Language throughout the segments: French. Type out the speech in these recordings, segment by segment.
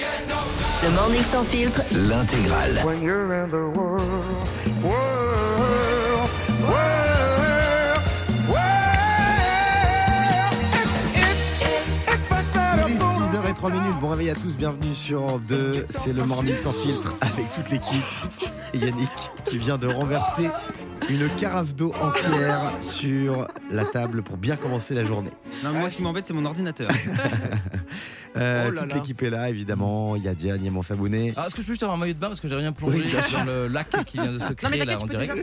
Le morning sans filtre, L'intégrale. When you're in the world, world, world, world. If, if, if I said a Il est fool- 6h03 minutes. Bon réveil à tous, bienvenue sur Europe 2. C'est le morning sans filtre avec toute l'équipe. Et Yannick qui vient de renverser une carafe d'eau entière sur la table pour bien commencer la journée. Non, moi, ce qui m'embête, c'est mon ordinateur. Euh, Oh là toute là. l'équipe est là, évidemment. Il y a Diane, il y a mon Fabounet. Ah, Est-ce que je peux juste avoir un maillot de bain parce que j'ai rien plongé Oui, bien dans le lac qui vient de se créer là en direct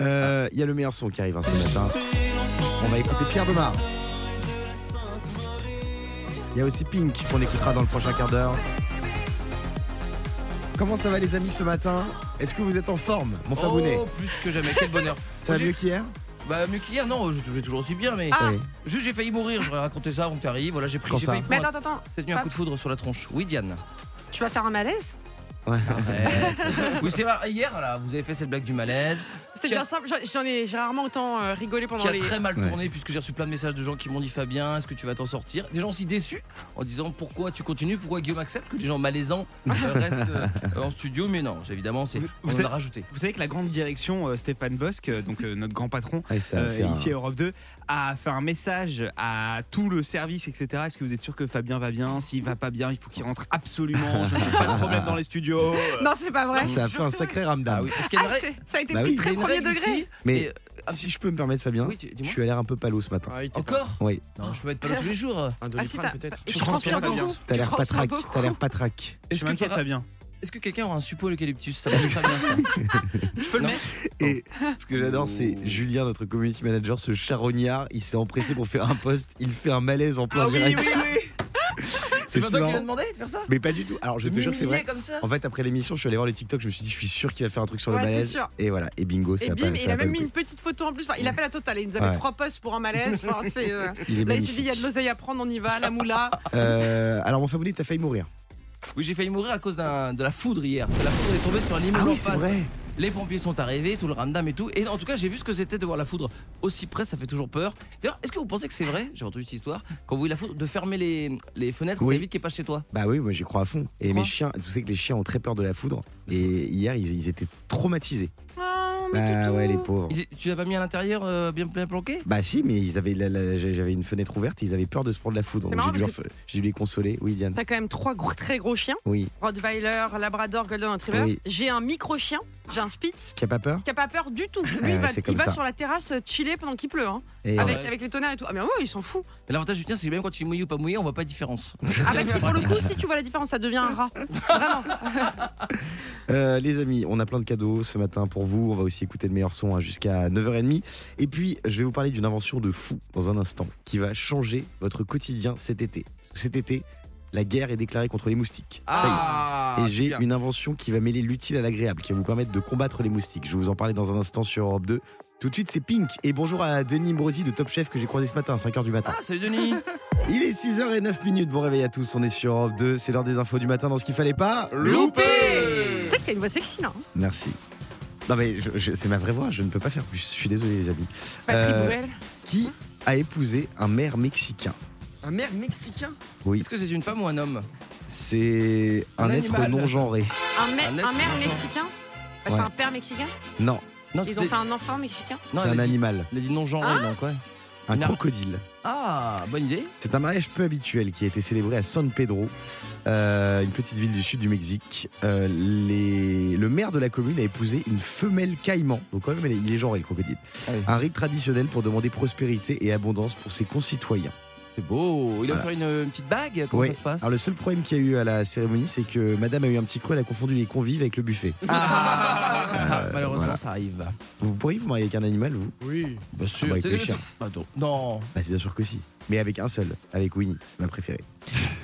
Euh, Il y a le meilleur son qui arrive hein, ce matin. On va écouter Pierre Domar. Il y a aussi Pink qu'on écoutera dans le prochain quart d'heure. Comment ça va les amis ce matin Est-ce que vous êtes en forme, mon Fabounet Oh, plus que jamais, quel bonheur. Ça va j'ai- Ah mieux qu'hier Bah, mieux qu'hier, non, je vais toujours aussi bien, mais. Oui. Juste, j'ai failli mourir, j'aurais raconté ça avant que t'arrives. Voilà, j'ai pris. Ah. Quand j'ai ça failli Mais prendre attends, attends, attends, cette nuit un coup de foudre sur la tronche. Oui, Diane. tu vas faire un malaise Arrête. oui, c'est vrai, hier, là, vous avez fait cette blague du malaise C'est Qui a- bien simple, j'en- j'en ai, j'ai rarement autant euh, rigolé pendant qui a les. très mal Ouais. tourné puisque j'ai reçu plein de messages de gens qui m'ont dit Fabien, est-ce que tu vas t'en sortir Des gens aussi déçus en disant pourquoi tu continues, pourquoi Guillaume accepte que des gens malaisants euh, restent euh, en studio, mais non, c'est- évidemment, c'est Vous- on vous en a êtes- rajouté. Vous savez que la grande direction, euh, Stéphane Bosque, euh, donc euh, notre grand patron, Ouais, ça va euh, faire un- ici à Europe 2, a fait un message à tout le service, etc. Est-ce que vous êtes sûr que Fabien va bien S'il va pas bien, il faut qu'il rentre absolument. Je n'ai pas de problème dans les studios. Euh, Non, c'est pas vrai. Ça a fait un sacré ramdam. Ah oui, parce qu'il y a Ah, une règle- c'est- ça a été Bah pris oui. il y très a une premier règle degré. ici, Mais- et- euh, Si je peux me permettre, Fabien, Oui, tu- je dis-moi. suis à l'air un peu palo ce matin. Encore Oui, Non, je peux être pas là tous les jours. Ah, si, t'as- t'as- je transpires transpire pas bien. beaucoup. t'as Tu l'air transpires patraque. beaucoup. T'as l'air patraque. Je Est-ce suis même que, pas très bien. est-ce que quelqu'un aura un suppôt à l'eucalyptus Ça marche pas bien ça. Je peux le mettre Et ce que j'adore, c'est Julien, notre community manager, ce charognard. Il s'est empressé pour faire un post. Il fait un malaise en Ah plein direct. C'est pas si toi qui marrant. lui as demandé de faire ça Mais pas du tout. Alors je te jure, c'est M'humilier vrai. comme ça En fait, après l'émission, je suis allé voir les TikTok. Je me suis dit, je suis sûr qu'il va faire un truc sur Ouais, le c'est malaise. sûr. Et voilà. Et bingo, ça Et a pas, bim, il ça a a pas même eu mis le une coup. petite photo en plus. Enfin, il a fait la totale. Il nous avait Ouais. trois postes pour un malaise. Enfin, c'est, euh, Il est Là, il s'est dit, il y magnifique. a de l'oseille à prendre, on y va, la moula. Euh, alors mon Fabounet, t'as failli mourir. Oui, j'ai failli mourir à cause d'un- de la foudre hier. La foudre est tombée sur un immeuble Ah Ah en face. Les pompiers sont arrivés, tout le ramdam et tout. Et en tout cas, j'ai vu ce que c'était de voir la foudre aussi près, ça fait toujours peur. D'ailleurs, est-ce que vous pensez que c'est vrai, j'ai entendu cette histoire, quand vous voyez la foudre, de fermer les, les fenêtres, Oui. ça évite qu'il passe chez toi Bah oui, moi j'y crois à fond. Et Quoi mes chiens, vous savez que les chiens ont très peur de la foudre. Et hier, ils, ils étaient traumatisés. Oh, mais Bah toutou. ouais, les pauvres. Ils- Tu l'as pas mis à l'intérieur, euh, bien, bien planqué Bah si, mais ils avaient la- la- j'avais une fenêtre ouverte, ils avaient peur de se prendre la foudre. C'est Donc, marrant J'ai dû, parce leur- j'ai dû les consoler. Oui, Diane. T'as quand même trois gros- très gros chiens Oui, Rottweiler, Labrador, Golden Retriever. Oui. J'ai un micro-chien, j'ai un Spitz. qui a pas peur Qui a pas peur du tout. Lui, ouais, il va, c'est il comme va ça. sur la terrasse euh, chiller pendant qu'il pleut. hein. Et avec, ouais. avec les tonnerres et tout. Ah, mais ouais, ils s'en foutent. Mais l'avantage du tien, c'est que même quand tu es mouillé ou pas mouillé, on voit pas de différence. Ah, bah si, pour le coup, si tu vois la différence, ça devient un rat. Vraiment. Euh, les amis, on a plein de cadeaux ce matin pour vous. On va aussi écouter le meilleur son hein, jusqu'à 9h30. Et puis, je vais vous parler d'une invention de fou dans un instant qui va changer votre quotidien cet été. Cet été, la guerre est déclarée contre les moustiques. Ah Et j'ai bien. une invention qui va mêler l'utile à l'agréable, qui va vous permettre de combattre les moustiques. Je vais vous en parler dans un instant sur Europe 2. Tout de suite, c'est Pink. Et bonjour à Denis Brosi de Top Chef que j'ai croisé ce matin à 5h du matin. Ah, salut Denis Il est 6h09 minutes. Bon réveil à tous. On est sur Europe 2. C'est l'heure des infos du matin dans ce qu'il fallait pas. Tu sais que t'as une voix sexy là. hein. Merci. Non mais je- je- c'est ma vraie voix, je ne peux pas faire plus. Je suis désolé les amis. Patrick Euh, Bruel. Qui a épousé un maire mexicain Un maire mexicain Oui, Est-ce que c'est une femme ou un homme c'est un, Un être animal. non genré. Un, ma- Un être un maire méchant. mexicain Bah, C'est Ouais. un père mexicain Non, Non, Ils ont fait un enfant mexicain c'est un animal. animal, Il a dit non genré, donc ouais. un Non. crocodile. Ah, bonne idée. C'est un mariage peu habituel qui a été célébré à San Pedro, euh, une petite ville du sud du Mexique. Euh, les- Le maire de la commune a épousé une femelle caïman, donc quand même il est- il est genré le crocodile. Ah oui. Un rite traditionnel pour demander prospérité et abondance pour ses concitoyens. C'est beau. Il a offert une, euh, une petite bague. Comment Ouais. ça se passe Alors le seul problème qu'il y a eu à la cérémonie, c'est que Madame a eu un petit creux, elle a confondu les convives avec le buffet. Ah, ça, malheureusement, voilà. ça arrive. Vous pourriez vous marier avec un animal, vous Oui. Bien sûr. Ah, bah, avec C'est- les c'est- chiens. Attends. Non. Bah c'est bien sûr que si. Mais avec un seul, avec Winnie, c'est ma préférée.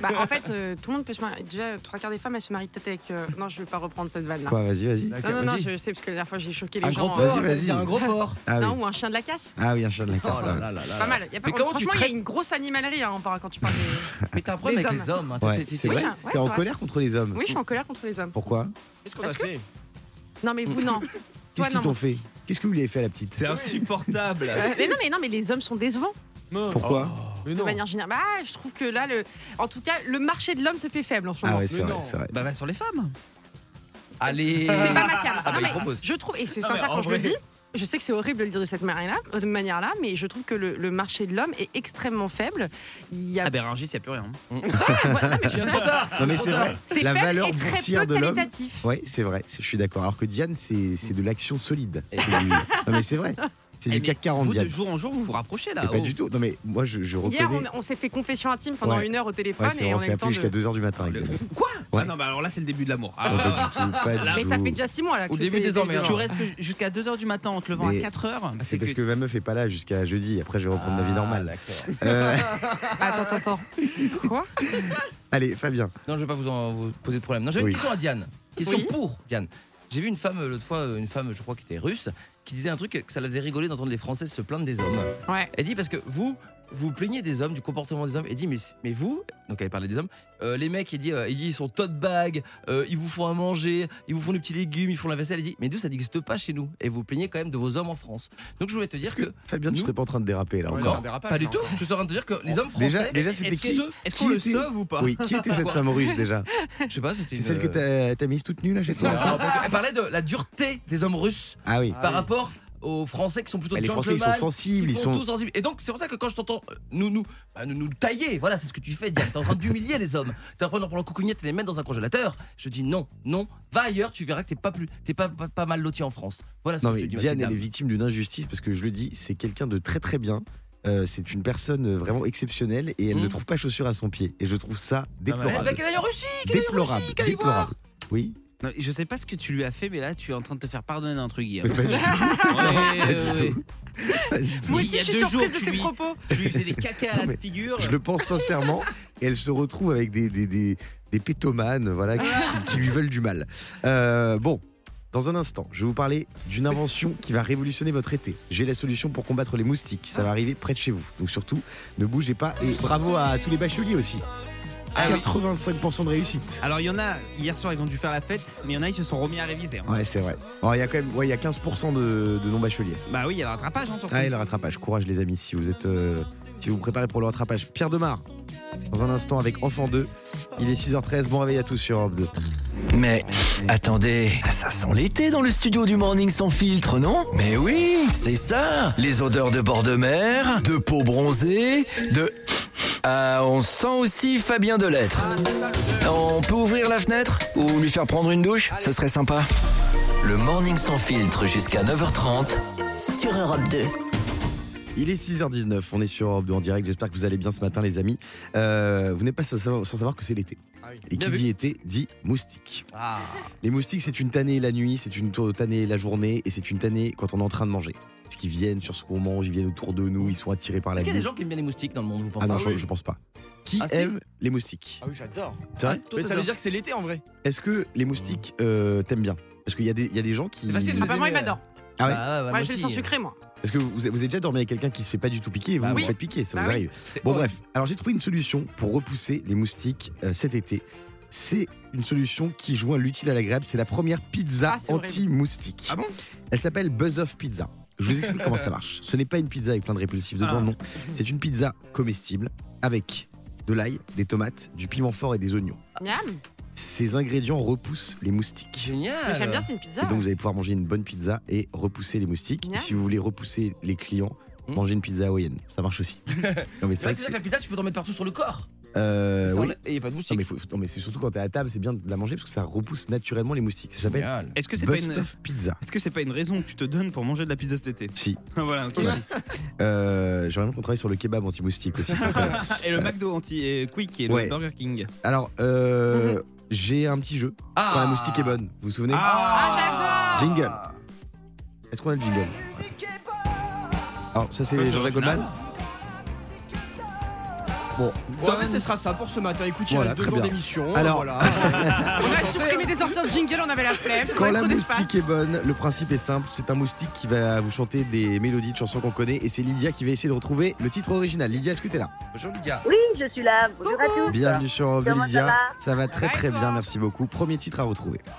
Bah, en fait, euh, tout le monde peut se marier. Déjà, trois quarts des femmes, elles se marient peut-être avec. euh, Non, je vais pas reprendre cette vanne là. Quoi, vas-y, vas-y. Non, non, non, Vas-y. je sais, parce que la dernière fois, j'ai choqué les Un gros gens. porc. euh, Vas-y, vas-y. t'as dit Un gros porc. Ah Non, oui. ou un chien de la casse Ah oui, un chien de la Oh casse. là là là là. Pas mal. Y a pas- Mais comment tu franchement, il y a traites une grosse animalerie hein, en parlant quand tu parles des... Mais t'as un problème Des avec les hommes. hein, t'as- Ouais, t'as- t'as- c'est Oui, vrai. ouais, T'es c'est en vrai. colère contre les hommes. Oui, je suis en colère contre les hommes. Pourquoi Qu'est-ce qu'on a fait Non, mais vous, non. Toi, Qu'est-ce qu'ils non, t'ont mon fait petit. Qu'est-ce que vous lui avez fait à la petite Euh, Ah, C'est insupportable. mais non, mais non, mais les hommes sont décevants. Pourquoi Mais de manière générale. Bah, je trouve que là, le... en tout cas, le marché de l'homme se fait faible en ce Ah moment. ouais, Mais c'est vrai, non. c'est vrai. Bah, va sur les femmes. Allez. C'est pas ma cam. Ah bah, Non, il mais propose. je trouve, et c'est Non, mais sincère en quand je vrai. le dis, je sais que c'est horrible de le dire de cette manière-là, de manière-là, mais je trouve que le, le marché de l'homme est extrêmement faible. Il y a Ah, bah, Rungis, il n'y a plus rien. Ouais, non, mais je suis Trop d'accord. tard. Non mais Trop c'est tard. vrai. c'est Ah bah. La faible valeur et très boursière peu de l'homme. qualitatif. Oui, c'est vrai, c'est- je suis d'accord. Alors que Diane, c'est c'est de l'action solide. C'est du- non mais c'est vrai. C'est Eh, du mais CAC 40, Vous, de Diane. jour en jour, vous vous rapprochez Mais là. Eh, pas oh. du tout. Non mais moi, je, je reconnais. Hier, on, on s'est fait confession intime pendant Ouais. une heure au téléphone Ouais, c'est et vrai, on on a s'est eu le temps appelé de. jusqu'à 2h du matin. avec Le- Diane. Quoi Ouais. Ah non, bah alors là, c'est le début de l'amour. Pas Ah, ouais, ouais. du tout, pas du Mais ça tout. fait déjà six mois là. que Au début c'était- des emmerdes. Tu restes que- jusqu'à 2h du matin en te levant Mais- à bah, 4h Ah, C'est parce que ma meuf est pas là jusqu'à jeudi. Après, je vais reprendre ma vie normale. Euh, Attends, attends, attends. Quoi allez, Fabien. Non, je vais pas vous, en, vous poser de problème. Non, j'avais Oui. une question à Diane. Question Oui. pour Diane. J'ai vu une femme euh, l'autre fois, euh, une femme, je crois, qui était russe, qui disait un truc que ça la faisait rigoler d'entendre les Françaises se plaindre des hommes. Ouais. Elle dit parce que vous, vous plaignez des hommes, du comportement des hommes. Elle dit mais, mais vous, donc elle parlait des hommes, euh, les mecs, elle dit, euh, elle dit, ils sont tote bag, euh, ils vous font à manger, ils vous font des petits légumes, ils font la vaisselle. Elle dit mais d'où ça n'existe pas chez nous. Et vous plaignez quand même de vos hommes en France. Donc je voulais te dire Est-ce que, que Fabien, tu nous- serais pas en train de déraper là Ouais, encore c'est un dérapage, pas du là, tout. encore. Je suis en train de te dire que les hommes français. Déjà, déjà, c'était Est-ce qui que- est-ce qui qu'on le était- sauve ou pas Oui, qui était cette Quoi femme russe déjà Je sais pas, c'était C'est une- celle que t'as t'as mise toute nue là chez Non, toi parce que Elle parlait de la dureté des hommes russes. Ah oui. Ah par oui. rapport aux Français qui sont plutôt Mais les gentlemen, Français, ils sont qui sensibles, ils sont. font tous sensibles. Et donc c'est pour ça que quand je t'entends euh, nous nous, bah, nous nous tailler, voilà, c'est ce que tu fais, Diane. T'es en train d'humilier les hommes. T'es en train de leur prendre leur coucougnette et les mettre dans un congélateur. Je dis non, non, va ailleurs, tu verras que t'es pas plus, t'es pas, pas, pas mal loti en France. Voilà. Ce Non que je mais te dis, ma Diane, petite elle est dame. victime d'une injustice parce que je le dis, c'est quelqu'un de très très bien. Euh, c'est une personne euh, vraiment exceptionnelle et elle Mm. ne trouve pas chaussure à son pied. Et je trouve ça Eh, bah, déplorable. qu'elle aille en Russie, qu'elle aille en Déplorable, Russie, qu'elle aille voir. déplorable. Oui, Non, Je sais pas ce que tu lui as fait, mais là, tu es en train de te faire pardonner d'un truc, Guillaume. mais pas du tout. Ouais, Pas du ouais, tout. ouais. Pas du tout. Moi Il aussi, y a je suis deux jours, surprise de tu ses lui- propos. Tu lui faisais des caca Non, à la mais figure. Je le pense sincèrement. Et elle se retrouve avec des, des, des, des pétomanes voilà, qui, Ah. qui lui veulent du mal. Euh, bon, dans un instant, je vais vous parler d'une invention qui va révolutionner votre été. J'ai la solution pour combattre les moustiques. Ça va arriver près de chez vous. Donc surtout, ne bougez pas. Et bravo à tous les bacheliers aussi. Ah oui. 85% de réussite. Alors, il y en a, hier soir, ils ont dû faire la fête, mais il y en a, ils se sont remis à réviser. hein. Ouais, c'est vrai. Bon, Il y a quand même ouais, il y a 15% de, de non-bacheliers. Bah oui, il y a le rattrapage, hein, surtout. Allez, Ah, le rattrapage. Courage, les amis, si vous êtes. euh, si vous vous préparez pour le rattrapage. Pierre Demar, dans un instant avec Enfant 2. Il est 6h13. Bon réveil à tous sur Europe 2. Mais attendez, ça sent l'été dans le studio du Morning sans filtre, non Mais oui, c'est ça Les odeurs de bord de mer, de peau bronzée, de... Ah, on sent aussi Fabien Delettre. Ah, On peut ouvrir la fenêtre Ou lui faire prendre une douche Ce serait sympa. Le Morning sans filtre jusqu'à 9h30 sur Europe 2. Il est 6h19, on est sur Europe 2 en direct, j'espère que vous allez bien ce matin les amis. Euh, vous n'êtes pas sans savoir, sans savoir que c'est l'été. Et qui Bien vu. dit été dit moustique. Ah, Les moustiques c'est une tannée la nuit, c'est une tour- tannée la journée et c'est une tannée quand on est en train de manger. Parce qu'ils viennent sur ce qu'on mange, ils viennent autour de nous, ils sont attirés par la Est-ce qu'il y a des bouffe. gens qui aiment bien les moustiques dans le monde, vous pensez Ah non, Ah je, oui. je pense pas. Qui Ah, si. aime les moustiques Ah oui, j'adore. C'est vrai Ah, toi, Mais ça t'adores. veut dire que c'est l'été en vrai. Est-ce que les moustiques euh, t'aiment bien Parce qu'il y, a des- il y a des gens qui... C'est facile de Ah bah, moi, il aimez, euh, m'adore. Ah ouais. Bah, ouais, moi Moi, j'ai le aussi, sang euh. sucré, moi. Parce que vous, vous avez déjà dormi avec quelqu'un qui se fait pas du tout piquer et vous Bah vous oui. faites piquer, ça Bah vous oui. arrive. C'est Bon horrible. bref, alors j'ai trouvé une solution pour repousser les moustiques euh, cet été. C'est une solution qui joint l'utile à l'agréable. C'est la première pizza Ah, c'est horrible. anti-moustique. Ah bon Elle s'appelle Buzz Off Pizza. Je vous explique comment ça marche. Ce n'est pas une pizza avec plein de répulsifs dedans, Ah. non. C'est une pizza comestible avec de l'ail, des tomates, du piment fort et des oignons. Miam. Ces ingrédients repoussent les moustiques. Génial. Mais J'aime bien, c'est une pizza. Et Ah. donc vous allez pouvoir manger une bonne pizza et repousser les moustiques. Et Génial. si vous voulez repousser les clients, Hmm. mangez une pizza hawaïenne. Ça marche aussi. Non, mais C'est vrai que c'est ça que la pizza, tu peux t'en mettre partout sur le corps. Euh, Ça, oui. on l'a- Et il n'y a pas de Non mais, moustiques. faut- non, mais c'est surtout quand t'es à table, c'est bien de la manger parce que ça repousse naturellement les moustiques. Ça s'appelle Génial. Est-ce que c'est pas Bust une. of Pizza. Est-ce que c'est pas une raison que tu te donnes pour manger de la pizza cet été Si. Voilà, ok. Euh, J'aimerais bien qu'on travaille sur le kebab anti-moustique aussi. ça serait- Et le McDo anti et Quick et Ouais. le Burger King. Alors, euh, Mhm. j'ai un petit jeu Ah. quand la moustique est bonne. Vous vous souvenez Ah, j'adore Jingle. Est-ce qu'on a le jingle Alors, ça c'est Jean-Jacques Goldman Bon, Ouais, mais ce sera ça pour ce matin. Écoute, il Voilà, reste deux très jours bien. d'émission. hein, Alors- ah. voilà. On a supprimé des anciens jingles, on avait la flemme. on Quand avait la trop d'espace. moustique est bonne, le principe est simple, c'est un moustique qui va vous chanter des mélodies de chansons qu'on connaît et c'est Lydia qui va essayer de retrouver le titre original. Lydia, est-ce que t'es là Bonjour, les gars. Oui, je suis là. Bonjour à tous. Bienvenue sur Europe Comment ça Lydia. va Ça va très va et très toi bien, merci beaucoup. Premier titre à retrouver.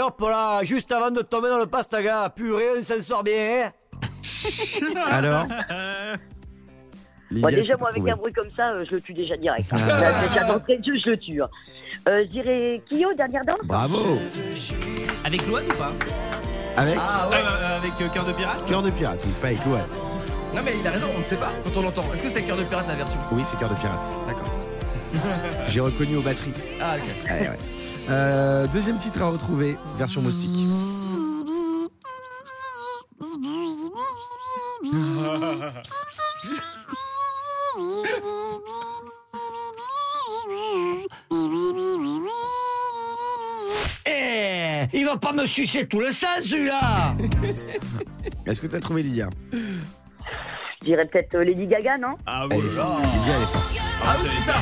hop là, juste avant de tomber dans le pastaga. Purée, on s'en sort bien. hein Alors Lydia, Bon, est-ce déjà, que moi, t'as avec trouvé un bruit comme ça, euh, je le tue déjà direct. Ah. hein. Là, déjà, d'entrée de jeu, je le tue. hein. Euh, je dirais Kyo, dernière danse Bravo Avec Loane ou pas Avec Ah ouais, euh, avec euh, Cœur de Pirate Cœur de Pirate, oui, pas avec Loane. Non mais il a raison, on ne sait pas quand on l'entend. Est-ce que c'était Cœur de Pirate la version Oui, c'est Cœur de Pirate. D'accord. J'ai reconnu aux batteries. Ah ok. Ouais, ouais. Euh, deuxième titre à retrouver, version moustique. Eh, il va pas me sucer tout le sang, celui-là. Est-ce que t'as trouvé Lydia Je dirais peut-être euh, Lady Gaga, non Ah Elle est oui. forte. Lydia, elle est forte. Ah oui, c'est ça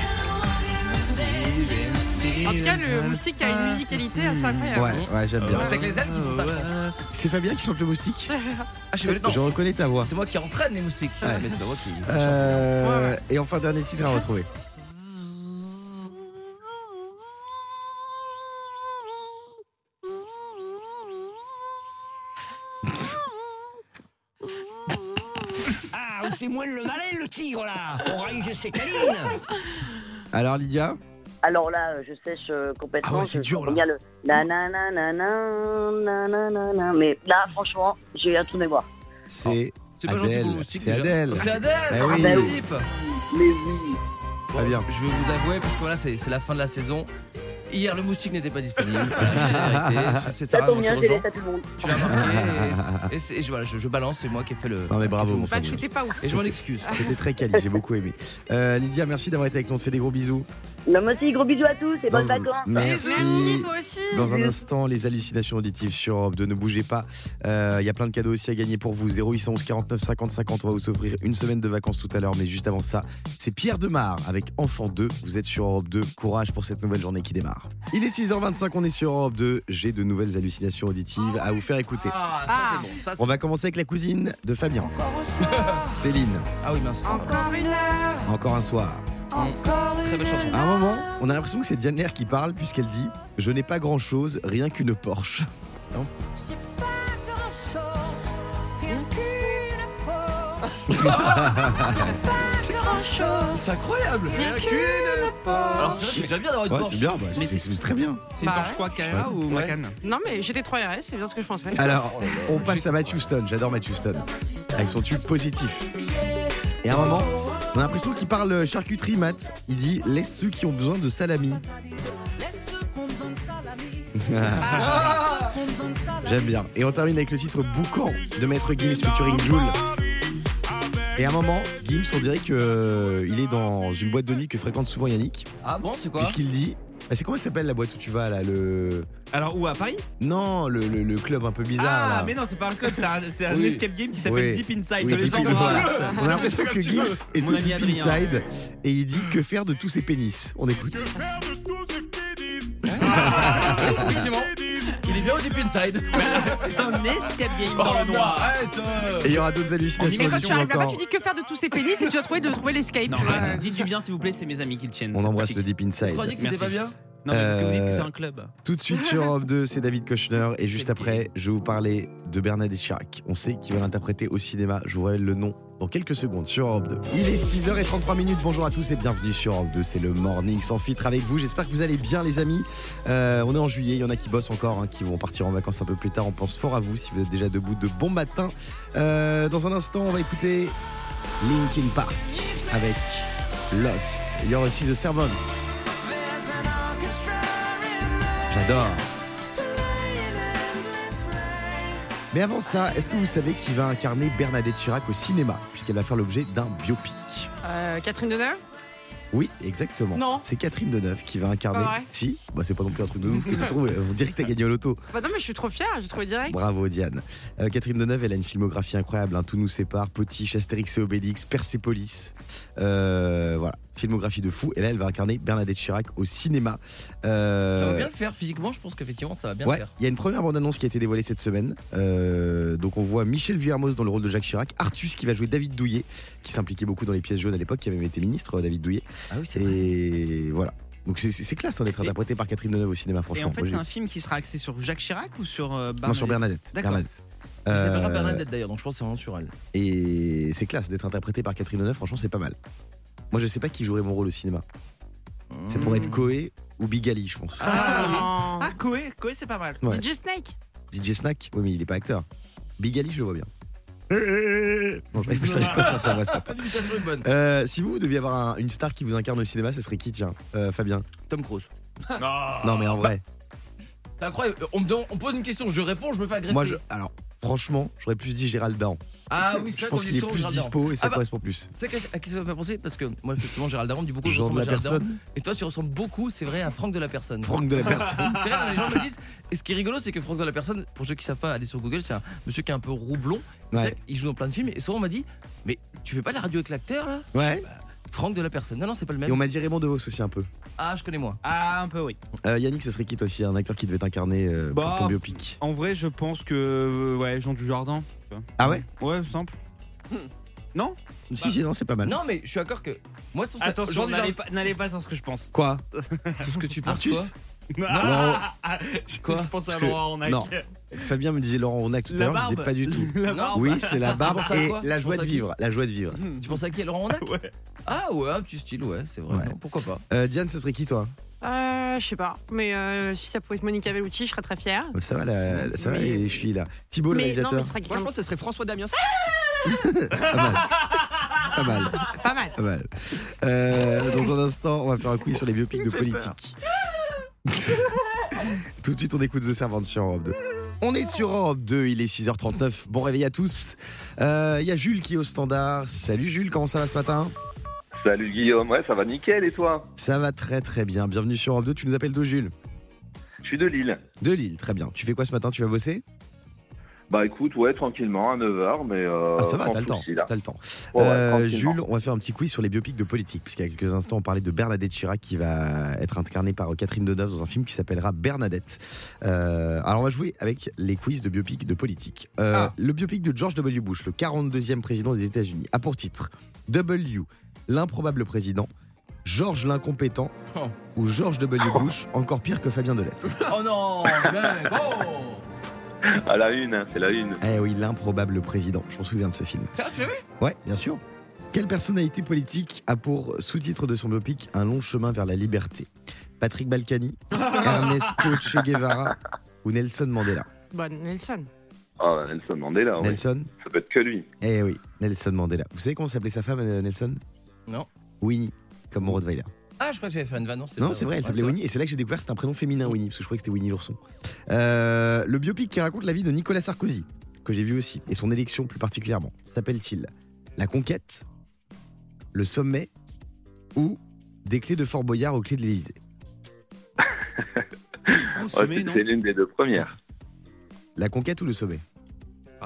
En tout cas, le moustique a une musicalité assez incroyable. Ouais, ouais, j'aime bien. C'est avec les ailes qui font ça, je pense. Ah, C'est Fabien qui chante le moustique je sais pas, non, Ah, Je reconnais ta voix. c'est moi qui entraîne les moustiques. Ouais. mais c'est pas moi qui. Euh, Et enfin, dernier titre à retrouver. Ah, on fait moins le malin, le tigre, là. On raille ses canines. Alors, Lydia Alors là, euh, je sèche euh, complètement. Ah ouais, c'est je- dur, là. Il y a le nanana, nanana, nanana. Mais là, franchement, j'ai un trou de mémoire. C'est C'est pas gentil pour le Adèle. moustique C'est déjà. Adèle. C'est Adèle Bah oui. Adèle Philippe. Mais oui Bon, Très bien. Je vais vous avouer, parce que voilà, c'est c'est la fin de la saison. Hier, le moustique n'était pas disponible. Voilà, j'ai arrêté. C'est Ça Sarah, tombe mon bien, tour je aux les gens. laisse à tout le monde. Tu l'as marqué. Et, et c'est- et je, voilà, je, je balance, c'est moi qui ai fait le. Non, mais bravo, qui ai fait le mon Bah, moustique. c'était pas ouf. Et je m'en excuse. C'était très quali, j'ai beaucoup aimé. Euh, Lydia, merci d'avoir été avec nous. On te fait des gros bisous. Non, mais aussi, gros bisous à tous et bonnes Dans- vacances. Merci. Merci, toi aussi. Dans un instant, les hallucinations auditives sur Europe 2. Ne bougez pas. Euh, Il y a plein de cadeaux aussi à gagner pour vous. 0811 49 50 50. On va vous offrir une semaine de vacances tout à l'heure. Mais juste avant ça, c'est Pierre Demar avec Enfant 2. Vous êtes sur Europe 2. Courage pour cette nouvelle journée qui démarre. Il est 6h25. On est sur Europe 2. J'ai de nouvelles hallucinations auditives à vous faire écouter. Ah, Ah. ça c'est bon. Ça, On c'est- va commencer avec la cousine de Fabien. Céline, ah oui, mince. Encore une heure. encore un soir. Très belle chanson. À un moment, on a l'impression que c'est Diane Lair qui parle puisqu'elle dit « Je n'ai pas grand-chose, rien qu'une Porsche Ah, C'est incroyable. Alors, c'est vrai, c'est déjà bien d'avoir ». une Ouais, Porsche. c'est bien, bah, c'est- c'est très bien. C'est une Bah Porsche quoi, Carrera ou Ouais. Macan Non, mais j'étais 3RS, c'est bien ce que je pensais. Alors, on passe à Matt Houston. J'adore Matt Houston. Avec son tube positif. Et à un moment, on a l'impression qu'il parle charcuterie, Matt. Il dit « Laisse ceux qui ont besoin de salami ». J'aime bien. Et on termine avec le titre Boucan de Maître Gims featuring Joule. Et à un moment, Gims, on dirait qu'il est dans une boîte de nuit que fréquente souvent Yannick, Ah bon, c'est quoi puisqu'il dit. Bah, c'est comment elle s'appelle la boîte où tu vas là le Alors, où à Paris non le, le- le club un peu bizarre Ah, là. mais non, c'est pas un club, c'est un, c'est un Oui. escape game qui Oui. s'appelle Deep Inside. Oui, Je Ah, les Deep In- embrasse. voilà. On a l'impression C'est que comme tu Gims veux. est Mon tout ami deep Adrien. inside et il dit que faire de tous ses pénis. On écoute. Effectivement. Il est bien au Deep Inside. C'est un escape game Oh dans le non, noir. arrête euh. Et il y aura d'autres hallucinations Mais quand tu auditives arrives là-bas, encore. tu dis que faire de tous ces pénis et tu vas trouver de trouver l'escape. Non, tu vois. arrête, dites du bien, s'il vous plaît, c'est mes amis qui le tiennent. On c'est embrasse le pratique. deep Je inside. croyais que c'était Merci. pas bien. Non, mais parce que vous dites que Euh, c'est un club. Tout de suite sur Europe 2, c'est David Kochner. Et juste après, je vais vous parler de Bernadette Chirac. On sait qu'il va l'interpréter au cinéma. Je vous révèle le nom dans quelques secondes sur Europe 2. Il est 6h33 minutes. Bonjour à tous et bienvenue sur Europe 2. C'est le Morning sans filtre avec vous. J'espère que vous allez bien, les amis. Euh, on est en juillet. Il y en a qui bossent encore, hein, qui vont partir en vacances un peu plus tard. On pense fort à vous si vous êtes déjà debout de bon matin. Euh, dans un instant, on va écouter Linkin Park avec Lost. Il y aura aussi The Servant. J'adore. Mais avant ça, est-ce que vous savez qui va incarner Bernadette Chirac au cinéma Puisqu'elle va faire l'objet d'un biopic. Euh, Catherine Deneuve Oui, exactement. Non. C'est Catherine Deneuve qui va incarner. Pas vrai. Si, bah, c'est pas non plus un truc de ouf que tu trouves. On dirait que t'as gagné au loto. Bah non, mais je suis trop fière, j'ai trouvé direct. Bravo Diane. Euh, Catherine Deneuve, elle a une filmographie incroyable. hein. Tout nous sépare, Potiche, Astérix et Obélix, Persépolis. Euh, voilà, filmographie de fou. Et là, elle va incarner Bernadette Chirac au cinéma. Euh, Ça va bien le faire physiquement, je pense qu'effectivement ça va bien Ouais, le faire. il y a une première bande-annonce qui a été dévoilée cette semaine. Euh, donc on voit Michel Vuillermoz dans le rôle de Jacques Chirac, Artus qui va jouer David Douillet, qui s'impliquait beaucoup dans les pièces jaunes à l'époque, qui avait même été ministre, euh, David Douillet. Ah oui, Et voilà. Donc c'est- c'est c'est classe hein, d'être Et- interprété par Catherine Deneuve au cinéma, Et franchement. en fait, Moi, c'est j'ai- un film qui sera axé sur Jacques Chirac ou sur euh, Bernadette Non, sur Bernadette. D'accord. Bernadette. Elle s'appellera Euh, Bernadette d'ailleurs, donc je pense que c'est vraiment sur elle. Et c'est classe d'être interprété par Catherine Deneuve, franchement, c'est pas mal. Moi, je sais pas qui jouerait mon rôle au cinéma. C'est pour Hmm. être Coé ou Bigali, je pense. Ah, Ah, Koé, Koé, c'est pas mal. Ouais. DJ Snake DJ Snack Oui, mais il est pas acteur. Bigali, je le vois bien. Eh, Non, je je savais pas faire ça, moi, c'est pas- La limitation est bonne. Euh, si vous deviez avoir un- une star qui vous incarne au cinéma, ce serait qui, tiens Euh, Fabien Tom Cruise. Ah. Non, mais en vrai. C'est incroyable. On me, demande- on me pose une question, je réponds, je me fais agresser. Moi, je. Alors, franchement, j'aurais plus dit Gérald Daran. Ah oui, c'est Je vrai qu'on pense dit qu'il est souvent plus Gérald Darmon. dispo et ça Ah bah- correspond plus. Tu sais qu'à- à qui ça m'a fait penser Parce que moi, effectivement, Gérald Darmon, du beaucoup, je Genre de ressemble à la Gérald Darmon. personne Et toi, tu ressembles beaucoup, c'est vrai, à Franck de la personne. Franck de la personne. C'est vrai, non, mais les gens me disent. Et ce qui est rigolo, c'est que Franck de la personne, pour ceux qui savent pas, aller sur Google, c'est un monsieur qui est un peu roublon. C'est Ouais. vrai qu'il joue dans plein de films. Et souvent, on m'a dit Mais tu fais pas de la radio avec l'acteur là Ouais. Franck de la personne. Non, non, c'est pas le Et même. on m'a dit Raymond DeVos aussi un peu. Ah, je connais moi. Ah, un peu, oui. Euh, Yannick, ce serait qui toi aussi Un acteur qui devait t'incarner euh, Bah, pour ton biopic En vrai, je pense que. euh, Ouais, Jean Dujardin. tu vois. Ah ouais Ouais, simple. Bah. Si, si, non, c'est pas mal. Non, mais je suis d'accord que. Moi, sans Attention, Jean Dujardin- n'allez pas, n'allez pas sur ce que je pense. Quoi tout ce que tu penses. Artus Quoi Ah, je, Quoi je pense à Parce que- Laurent Honac. non. Fabien me disait Laurent Ronac tout à La l'heure, je disais barbe. pas du tout. La Non, barbe. Oui, c'est la barbe penses à et quoi la Tu joie de penses à qui Hmm. vêpres. La joie de vivre. Tu penses à qui Laurent Ronac Ouais. Ah ouais, un petit style, ouais, c'est vrai. Ouais. non, pourquoi pas Euh, Diane, ce serait qui toi euh, Je sais pas, mais euh, si ça pouvait être Monica Bellucci, je serais très fière. Ça va, la- la- ça va, Oui. les chevilles là. Thibault, le mais non, mais réalisateur. ce serait Moi, je quelqu'un pense que ce serait François Damien. Pas mal. Pas mal. de pas mal. Pas mal. Euh, dans un instant, on va faire un quiz sur les biopics de politique. Tout de suite, on écoute The Servant sur Europe 2. On est sur Europe 2, il est 6h39. Bon réveil à tous. Euh, Il y a Jules qui est au standard. Salut Jules, comment ça va ce matin Salut Guillaume, ouais, ça va nickel et toi Ça va très très bien. Bienvenue sur Europe 2. Tu nous appelles de Jules Je suis de Lille. De Lille, très bien. Tu fais quoi ce matin Tu vas bosser Bah écoute, ouais, tranquillement, à 9h, mais. Euh, Ah, ça va, sans t'as le temps. souci, là. T'as le temps. Ouais, ouais, Euh, tranquillement. Jules, on va faire un petit quiz sur les biopics de politique, parce qu'il y a quelques instants, on parlait de Bernadette Chirac qui va être incarnée par Catherine Deneuve dans un film qui s'appellera Bernadette. Euh, alors, on va jouer avec les quiz de biopics de politique. Euh, Le biopic de George W. Bush, le 42e président des États-Unis, a pour titre W, l'improbable président, George l'incompétent Oh. ou George W. Bush, encore pire que Fabien Delettre. Oh non, mec, oh À la une, hein, c'est la une. Eh oui, l'improbable président, je m'en souviens de ce film. Tiens, Ah, tu l'as vu Ouais, bien sûr. Quelle personnalité politique a pour sous-titre de son biopic Un long chemin vers la liberté Patrick Balkany, Ernesto Che Guevara ou Nelson Mandela Bonne Nelson. Ah, Nelson Mandela, ouais. Nelson ça peut être que lui. Eh oui, Nelson Mandela. Vous savez comment s'appelait sa femme, euh, Nelson Non. Winnie, comme mon Rottweiler. Ah, je crois que tu avais fait une vanne, non Non, pas Ah, c'est vrai, elle Ouais, s'appelait Winnie. Et c'est là que j'ai découvert que c'était un prénom féminin, Winnie, parce que je croyais que c'était Winnie l'ourson. Euh, le biopic qui raconte la vie de Nicolas Sarkozy, que j'ai vu aussi, et son élection plus particulièrement, s'appelle-t-il La conquête, le sommet ou des clés de Fort Boyard aux clés de l'Élysée On se Ouais, met, Oh, c'est- non c'est l'une des deux premières. La conquête ou le sommet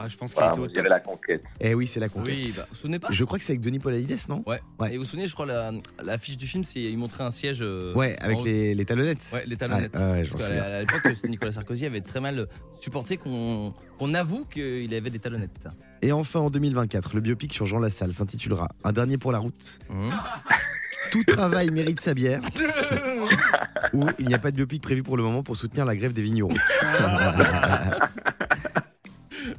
Ah, Je pense qu'il Voilà, était au moi, je top. dirais la conquête. Eh oui, c'est la conquête. Oui, bah, vous vous souvenez pas Je crois que c'est avec Denis Polalides, non Ouais. Et vous vous souvenez, je crois, la, la fiche du film, c'est il montrait un siège. euh, Ouais, avec en- les, les talonnettes. Ah, Ouais, les talonnettes. Ouais, ouais, je Parce m'en qu'à souviens. la- à l'époque, euh, Nicolas Sarkozy avait très mal euh, supporté qu'on qu'on avoue qu'il avait des talonnettes. Et enfin, en 2024, le biopic sur Jean Lassalle s'intitulera Un dernier pour la route. Mmh. Tout travail mérite sa bière. ou il n'y a pas de biopic prévu pour le moment pour soutenir la grève des vignerons.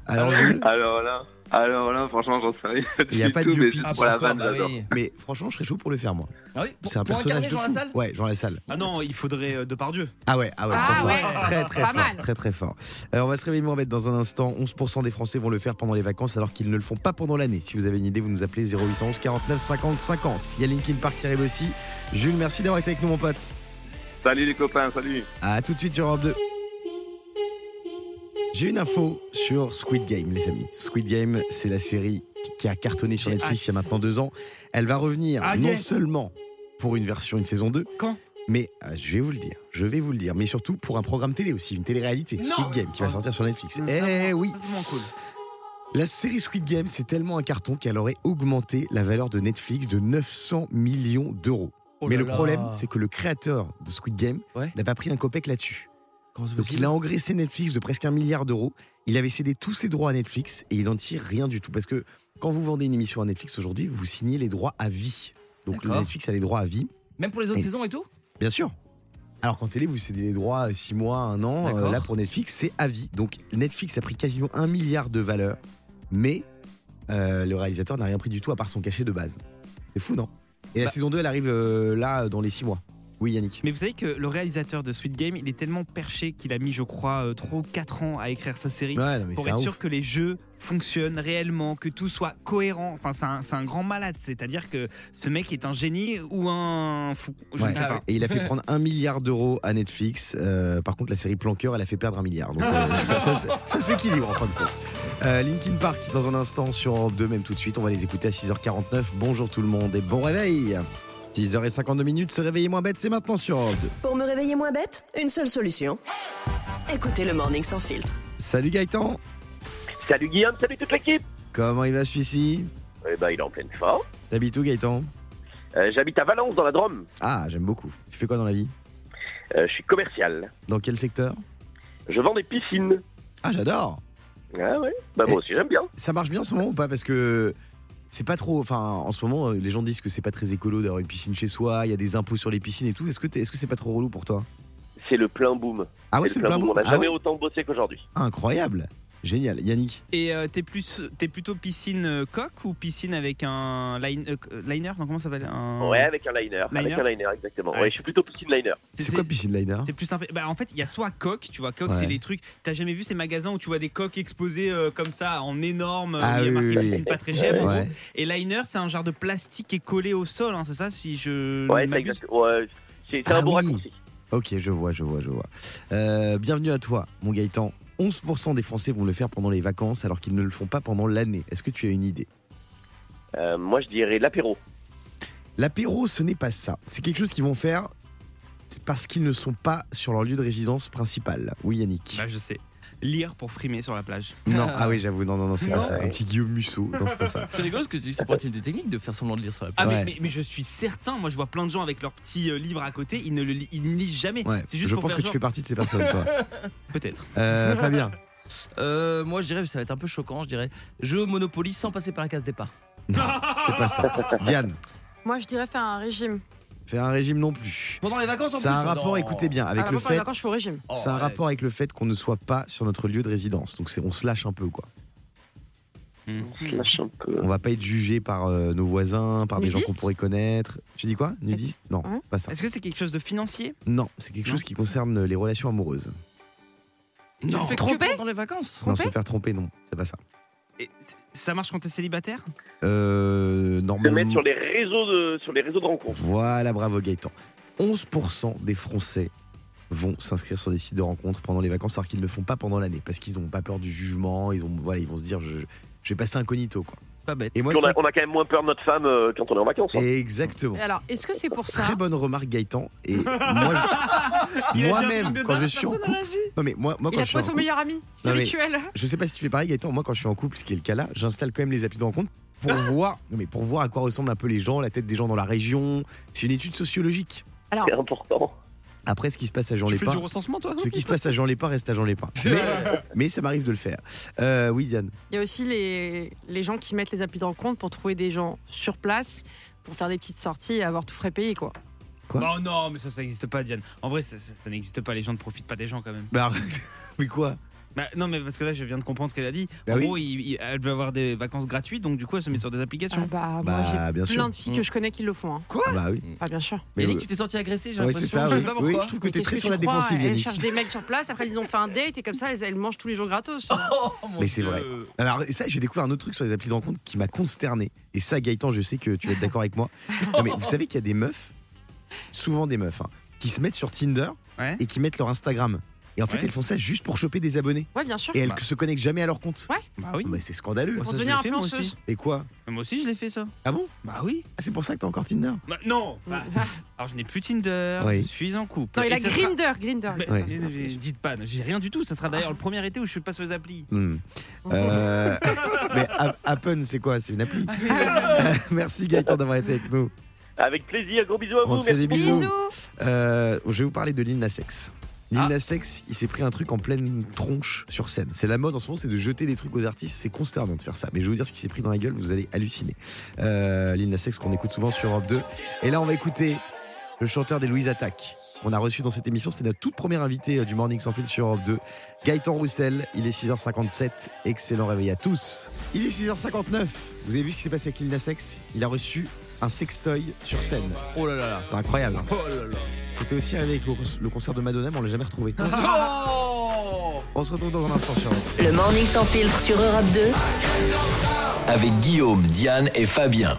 Alors, Jules, Alors là, alors là, franchement, j'en sais rien. Il y a du pas tout, de mais biopic. juste Ah, pour la encore, vanne, bah j'adore. oui. mais franchement, je serais chaud pour le faire, moi. Ah oui, pour, C'est un pour personnage incarner de Jean fou. Lassalle Ouais, Jean Lassalle. Ah non, il faudrait euh, Depardieu. Ah ouais, ah ouais, Ah très, ouais. fort. très très Pas fort, mal. très très fort. Euh, on va se réveiller en bête dans un instant. 11% des Français vont le faire pendant les vacances alors qu'ils ne le font pas pendant l'année. Si vous avez une idée, vous nous appelez 0811 49 50 50. Il y a Linkin Park qui arrive aussi. Jules, merci d'avoir été avec nous, mon pote. Salut les copains, salut. À tout de suite sur Europe 2. J'ai une info sur Squid Game, les amis. Squid Game, c'est la série qui- qui a cartonné sur J'ai Netflix il hâte. y a maintenant deux ans. Elle va revenir Ah, non yes. seulement pour une version, une saison 2, Quand mais euh, je vais vous le dire, je vais vous le dire, mais surtout pour un programme télé aussi, une télé-réalité, Squid Game, qui va sortir sur Netflix. Eh oui, Ça, c'est moins cool. la série Squid Game, c'est tellement un carton qu'elle aurait augmenté la valeur de Netflix de 900 millions d'euros. Oh mais là le là. problème, c'est que le créateur de Squid Game Ouais. n'a pas pris un copec là-dessus. Comment c'est Donc possible il a engraissé Netflix de presque un milliard d'euros. Il avait cédé tous ses droits à Netflix et il n'en tire rien du tout. Parce que quand vous vendez une émission à Netflix aujourd'hui, vous signez les droits à vie. Donc D'accord. Netflix a les droits à vie. Même pour les autres Et- saisons et tout Bien sûr. Alors qu'en télé, vous cédez les droits 6 mois, 1 an. Euh, D'accord. là, pour Netflix, c'est à vie. Donc Netflix a pris quasiment 1 milliard de valeur, mais euh, le réalisateur n'a rien pris du tout à part son cachet de base. C'est fou, non Et Bah la saison 2, elle arrive euh, là, dans les 6 mois. Oui, Yannick. Mais vous savez que le réalisateur de Sweet Game, il est tellement perché qu'il a mis, je crois, euh, trois ou 4 ans à écrire sa série Ouais, non, mais pour c'est être un sûr ouf. que les jeux fonctionnent réellement, que tout soit cohérent. Enfin, c'est un, c'est un grand malade. C'est-à-dire que ce mec est un génie ou un fou. Je Ouais. ne sais pas. Et il a fait prendre 1 milliard d'euros à Netflix. Euh, par contre, la série Planqueur, elle a fait perdre 1 milliard. Donc, euh, ça, ça, ça- ça s'équilibre en fin de compte. Euh, Linkin Park, dans un instant sur Europe 2, même tout de suite. On va les écouter à 6h49. Bonjour tout le monde et bon réveil. 6h52 minutes, se réveiller moins bête, c'est maintenant sur Europe 2. Pour me réveiller moins bête, une seule solution. Écoutez le Morning Sans Filtre. Salut Gaëtan. Salut Guillaume, salut toute l'équipe Comment il va celui-ci Eh ben, il est en pleine forme. T'habites où Gaëtan Euh, J'habite à Valence, dans la Drôme. Ah, j'aime beaucoup. Tu fais quoi dans la vie Euh, je suis commercial. Dans quel secteur Je vends des piscines. Ah, j'adore. Ah ouais Bah, moi aussi, j'aime bien. Ça marche bien en ce moment ou pas Parce que c'est pas trop. Enfin, en ce moment, euh, les gens disent que c'est pas très écolo d'avoir une piscine chez soi, il y a des impôts sur les piscines et tout. Est-ce que t'es- est-ce que c'est pas trop relou pour toi C'est le plein boom. Ah ouais, c'est le plein boom. On n'a Ah jamais ouais. autant bossé qu'aujourd'hui. Incroyable Génial. Yannick Et euh, t'es plus, t'es plutôt piscine euh, coque ou piscine avec un line- euh, liner Non, comment ça s'appelle Ah un... Ouais, avec un liner. Liner Avec un liner, exactement. Ah, ouais, je suis plutôt piscine liner. C'est quoi piscine liner C'est plus simple. Bah, en fait, il y a soit coque, tu vois, coque, Hein Ouais. c'est les trucs. T'as jamais vu ces magasins où tu vois des coques exposées euh, comme ça, en énorme, euh, Ah où il y a oui, marqué oui, oui. piscine pas très cher. en Ouais. gros. Et liner, c'est un genre de plastique qui est collé au sol, hein, c'est ça Si je. Ouais, ne c'est m'abuse. exact- ouais, c'est c'est un Ah bon oui. raccourci. Ok, je vois, je vois, je vois. Euh, bienvenue à toi, mon Gaëtan. 11% des Français vont le faire pendant les vacances alors qu'ils ne le font pas pendant l'année. Est-ce que tu as une idée Euh, moi, je dirais l'apéro. L'apéro, ce n'est pas ça. C'est quelque chose qu'ils vont faire parce qu'ils ne sont pas sur leur lieu de résidence principal. Oui, Yannick. Bah, je sais. Lire pour frimer sur la plage. Non, ah oui, j'avoue, non, non, non, c'est pas Non. ça. Un petit Guillaume Musso, non, c'est pas ça. C'est rigolo ce que tu dis, ça pourrait être une des techniques de faire semblant de lire sur la Ah, plage. mais, mais, mais je suis certain, moi je vois plein de gens avec leur petit euh, livre à côté, ils ne le lisent, ils ne lisent jamais. Ouais, c'est juste je pour pense faire que tu genre- fais partie de ces personnes, toi. Peut-être. Euh, Fabien Euh, moi, je dirais, ça va être un peu choquant, je dirais. Jeu au Monopoly sans passer par la case départ. C'est pas ça. Diane, Moi, je dirais faire un régime. faire un régime non plus. Pendant les vacances, en Ça a un plus, rapport, non. écoutez bien, avec Ah, le pendant les fait. vacances, je suis au régime. C'est un rapport avec le fait qu'on ne soit pas sur notre lieu de résidence. Donc c'est- on se lâche un peu, quoi. Hmm. On va pas être jugé par euh, nos voisins, par des gens qu'on Nudiste pourrait connaître. Tu dis quoi Nudiste Non, Hein pas ça. Est-ce que c'est quelque chose de financier Non, c'est quelque chose qui concerne les relations amoureuses. Non, Trompé pendant les vacances. non, se faire tromper, non, c'est pas ça. Ça marche quand t'es célibataire Euh, Le normalement. mettre sur les réseaux de, sur les réseaux de rencontres. Voilà, bravo Gaëtan. 11% des Français vont s'inscrire sur des sites de rencontres pendant les vacances, alors qu'ils ne le font pas pendant l'année, parce qu'ils n'ont pas peur du jugement, ils, ont, voilà, ils vont se dire je, je vais passer incognito. Quoi. Pas bête. Et moi, Puis on, a, c'est- on a quand même moins peur de notre femme euh, quand on est en vacances. hein. Exactement. Et alors, est-ce que c'est Euh, pour ça Très bonne remarque Gaëtan. Et moi, je- moi-même, quand je suis en couple. Non, mais moi, moi, Il quand a je suis trouvé en son couple- meilleur ami Non, mais spirituel. Je sais pas si tu fais pareil, Gaëtan. Moi, quand je suis en couple, ce qui est le cas là, j'installe quand même les applis de rencontre pour voir, non, mais pour voir à quoi ressemblent un peu les gens, la tête des gens dans la région. C'est une étude sociologique. Alors, C'est important. Après, ce qui se passe à Jean Tu fais Lépin, du recensement toi ce qui se passe à Jean Lépin reste à Jean Lépin. Mais, mais ça m'arrive de le faire. Euh, oui, Diane. il y a aussi les, les gens qui mettent les applis de rencontre pour trouver des gens sur place, pour faire des petites sorties et avoir tout frais payé, quoi. Non, non, mais ça, ça n'existe pas, Diane. En vrai, ça, ça- ça n'existe pas. Les gens ne profitent pas des gens quand même. Bah, arrête. mais quoi Bah, non, mais parce que là, je viens de comprendre ce qu'elle a dit. Bah en oui. gros, il- il- elle veut avoir des vacances gratuites, donc du coup, elle se met sur des applications. bah, moi, Bah, j'ai bien sûr. Plein de filles que je connais qui le font. hein. Ah bah oui. Ah, bien sûr. Mais Yannick, oui. tu t'es sorti agressé, j'ai Ouais, l'impression. c'est ça, je oui. sais pas Oui, pourquoi. je trouve que Mais t'es qu'est-ce très que sur tu la crois défensive, Elles Yannick. cherchent des mecs sur place, après ils ont fait un date et comme ça, elles, elles mangent tous les jours Oh. gratos. Mais c'est vrai. Alors ça, j'ai découvert un autre truc sur les applis de rencontre qui m'a consterné. Et ça, Gaëtan, je sais que tu vas être d'accord avec moi. Non, mais vous savez qu'il y a des meufs, souvent des meufs, hein, qui se mettent sur Tinder Ouais. et qui mettent leur Instagram. Et en fait, Ouais. elles font ça juste pour choper des abonnés. Ouais, bien sûr. Et elles Bah, se connectent jamais à leur compte. Ouais. Bah oui. Non, mais c'est scandaleux. Bah, Pour ça, je devenir l'ai fait, moi influenceuse. aussi. Et quoi Mais Moi aussi, je l'ai fait ça. Ah bon Bah oui. Ah, c'est pour ça que t'as encore Tinder Bah, non. Bah, alors, je n'ai plus Tinder. Oui. Je suis en couple. Non, il Et a ça sera- Grinder, Grinder. Mais- Ouais. mais- mais- Dites pas, j'ai rien du tout. Ça sera d'ailleurs le premier été où je suis pas sur les applis. Hmm. Euh, Mais A- Appen, c'est quoi C'est une appli Merci Gaëtan d'avoir été avec nous. Avec plaisir, gros bisous à On vous. te fait merci. des bisous. Euh, je vais vous parler de Lil Nas X. Lil Nas X, il s'est pris un truc en pleine tronche sur scène. C'est la mode en ce moment, c'est de jeter des trucs aux artistes. C'est consternant de faire ça. Mais je vais vous dire ce qu'il s'est pris dans la gueule, vous allez halluciner. Euh, Lil Nas X qu'on écoute souvent sur Europe 2. Et là, on va écouter le chanteur des Louise Attaque. On a reçu dans cette émission, c'était notre toute première invitée euh, du Morning Sans Fil sur Europe 2, Gaëtan Roussel. Il est 6h57. Excellent réveil à tous. Il est 6h59. Vous avez vu ce qui s'est passé avec Lil Nas X Il a reçu un sextoy sur scène. Oh là là là. C'est incroyable. hein. Oh là là. C'était aussi avec le le concert de Madonna, mais on l'a jamais retrouvé. On se retrouve dans un instant sur Europe 2. Le Morning Sans Filtre sur Europe 2. Avec Guillaume, Diane et Fabien.